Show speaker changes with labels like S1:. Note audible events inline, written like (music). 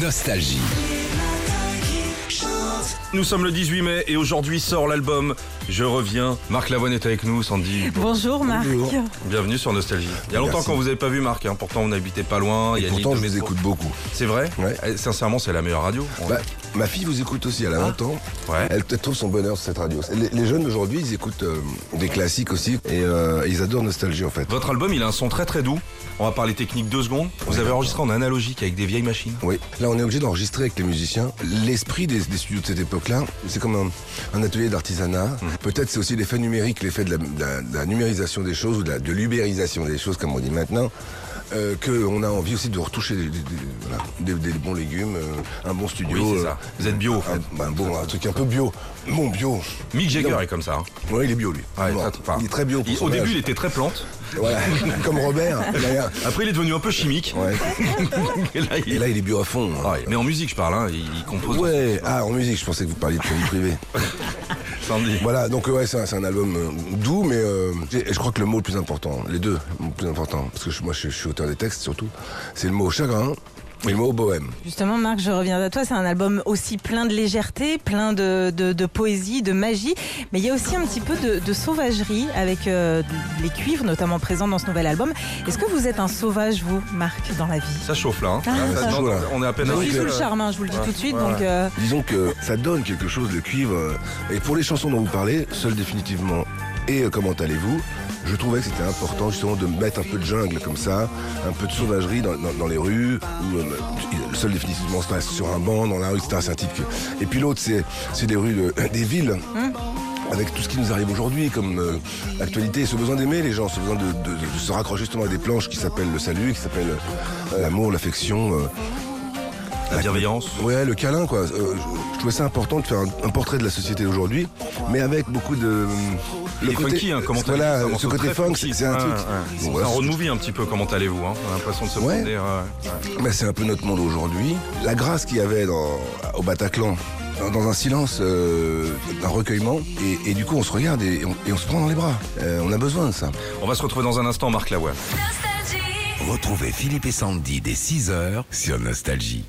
S1: Nostalgie.
S2: Nous sommes le 18 mai et aujourd'hui sort l'album Je reviens. Marc Lavoine est avec nous, Sandy.
S3: Bonjour Marc.
S2: Bienvenue sur Nostalgie. Il y a longtemps
S4: Merci.
S2: qu'on vous avait pas vu Marc, hein. pourtant on n'habitait pas loin. il y a une
S4: Pourtant,
S2: ligne
S4: je
S2: de
S4: les
S2: métro.
S4: écoute beaucoup.
S2: C'est vrai
S4: Ouais.
S2: Eh, Sincèrement, c'est la meilleure radio.
S4: Bah, ma fille vous écoute aussi,
S2: Ah.
S4: elle a 20 ans.
S2: Ouais.
S4: Elle, elle trouve son bonheur sur cette radio. Les, les jeunes d'aujourd'hui, ils écoutent euh, des classiques aussi et euh, ils adorent Nostalgie en fait.
S2: Votre album, il a un son très très doux. On va parler technique deux secondes. Vous avez enregistré en analogique avec des vieilles machines.
S4: Oui, là on est obligé d'enregistrer avec les musiciens. L'esprit des, des studios de cette époque-là, c'est comme un, un atelier d'artisanat.
S2: Mhm.
S4: Peut-être c'est aussi l'effet numérique, l'effet de la, de la- de la numérisation des choses ou de, la- de l'ubérisation des choses, comme on dit maintenant, euh, qu'on a envie aussi de retoucher des, des- des- voilà, des- des bons légumes, euh, un bon studio.
S2: Oui, c'est ça. Vous êtes bio, en fait.
S4: un, bah, bon, un truc un peu bio. Bon, bio.
S2: Mick Jagger est comme ça. hein.
S4: Oui, il est bio lui.
S2: Ouais,
S4: Bon,
S2: très- enfin,
S4: il est très bio. Pour
S2: il-
S4: son
S2: au début, il
S4: âge.
S2: était très plante. (laughs)
S4: Voilà, comme Robert. d'ailleurs.
S2: Après, il est devenu un peu chimique.
S4: Ouais.
S2: (laughs) Et là, il- Ah,
S4: Et là, il est bio à fond. hein.
S2: Ouais, mais en musique, je parle. hein. Il il compose.
S4: Ouais, ah, en musique, je pensais que vous parliez de sa vie privée.
S2: Sandy.
S4: Voilà, donc euh, ouais, c'est un, c'est un album euh, doux, mais euh, j'ai- je crois que le mot le plus important, les deux le plus important, parce que je- moi je, je suis auteur des textes surtout, c'est le mot chagrin et le mot bohème.
S3: Justement Marc, je reviens à toi. C'est un album aussi plein de légèreté, plein de, de- de poésie, de magie, mais il y a aussi un petit peu de, de sauvagerie avec euh, les cuivres notamment présents dans ce nouvel album. Est-ce que vous êtes un sauvage vous, Marc, dans la vie
S2: Ça chauffe là. hein.
S3: Ah,
S2: Là,
S4: ça
S2: ça
S4: chauffe, là.
S2: On est à peine
S3: Je suis
S2: arrivé,
S3: sous le
S2: euh,
S3: charme, hein, je vous le dis tout de suite.
S2: ouais,
S3: donc, euh,
S4: Disons que ça donne quelque chose, le cuivre. euh, et pour les chansons dont vous parlez, Seul définitivement et euh, Comment allez-vous, je trouvais que c'était important justement de mettre un peu de jungle comme ça, un peu de sauvagerie dans, dans- dans les rues, ou euh, il- Seul définitivement se passe sur un banc, dans la rue, etc. C'est un titre que- Et puis l'autre, c'est c'est des rues de- (coughs) des villes. Avec tout ce qui nous arrive aujourd'hui comme euh, actualité, ce besoin d'aimer les gens, ce besoin de, de- de se raccrocher justement à des planches qui s'appellent le salut, qui s'appellent euh, l'amour, l'affection, euh,
S2: La bienveillance.
S4: Ouais, le câlin, quoi. Euh, je, je trouvais ça important de faire un, un portrait de la société d'aujourd'hui, mais avec beaucoup de. euh,
S2: Il est funky, hein, comment
S4: voilà,
S2: t'as dit,
S4: ce
S2: un morceau
S4: côté
S2: très
S4: funk,
S2: funky.
S4: c'est c'est un
S2: Ouais,
S4: truc.
S2: ouais.
S4: Bon,
S2: C'est
S4: voilà,
S2: un road movie un petit peu, comment allez-vous hein On a l'impression de se
S4: Ouais.
S2: promener, euh,
S4: mais c'est un peu notre monde aujourd'hui. La grâce qu'il y avait dans, au Bataclan, dans, dans un silence, euh, un recueillement, et, et du coup on se regarde et, et on, et on se prend dans les bras. Euh, on a besoin de ça.
S2: On va se retrouver dans un instant, Marc Lavoie.
S1: Retrouvez Philippe et Sandy dès 6h sur Nostalgie.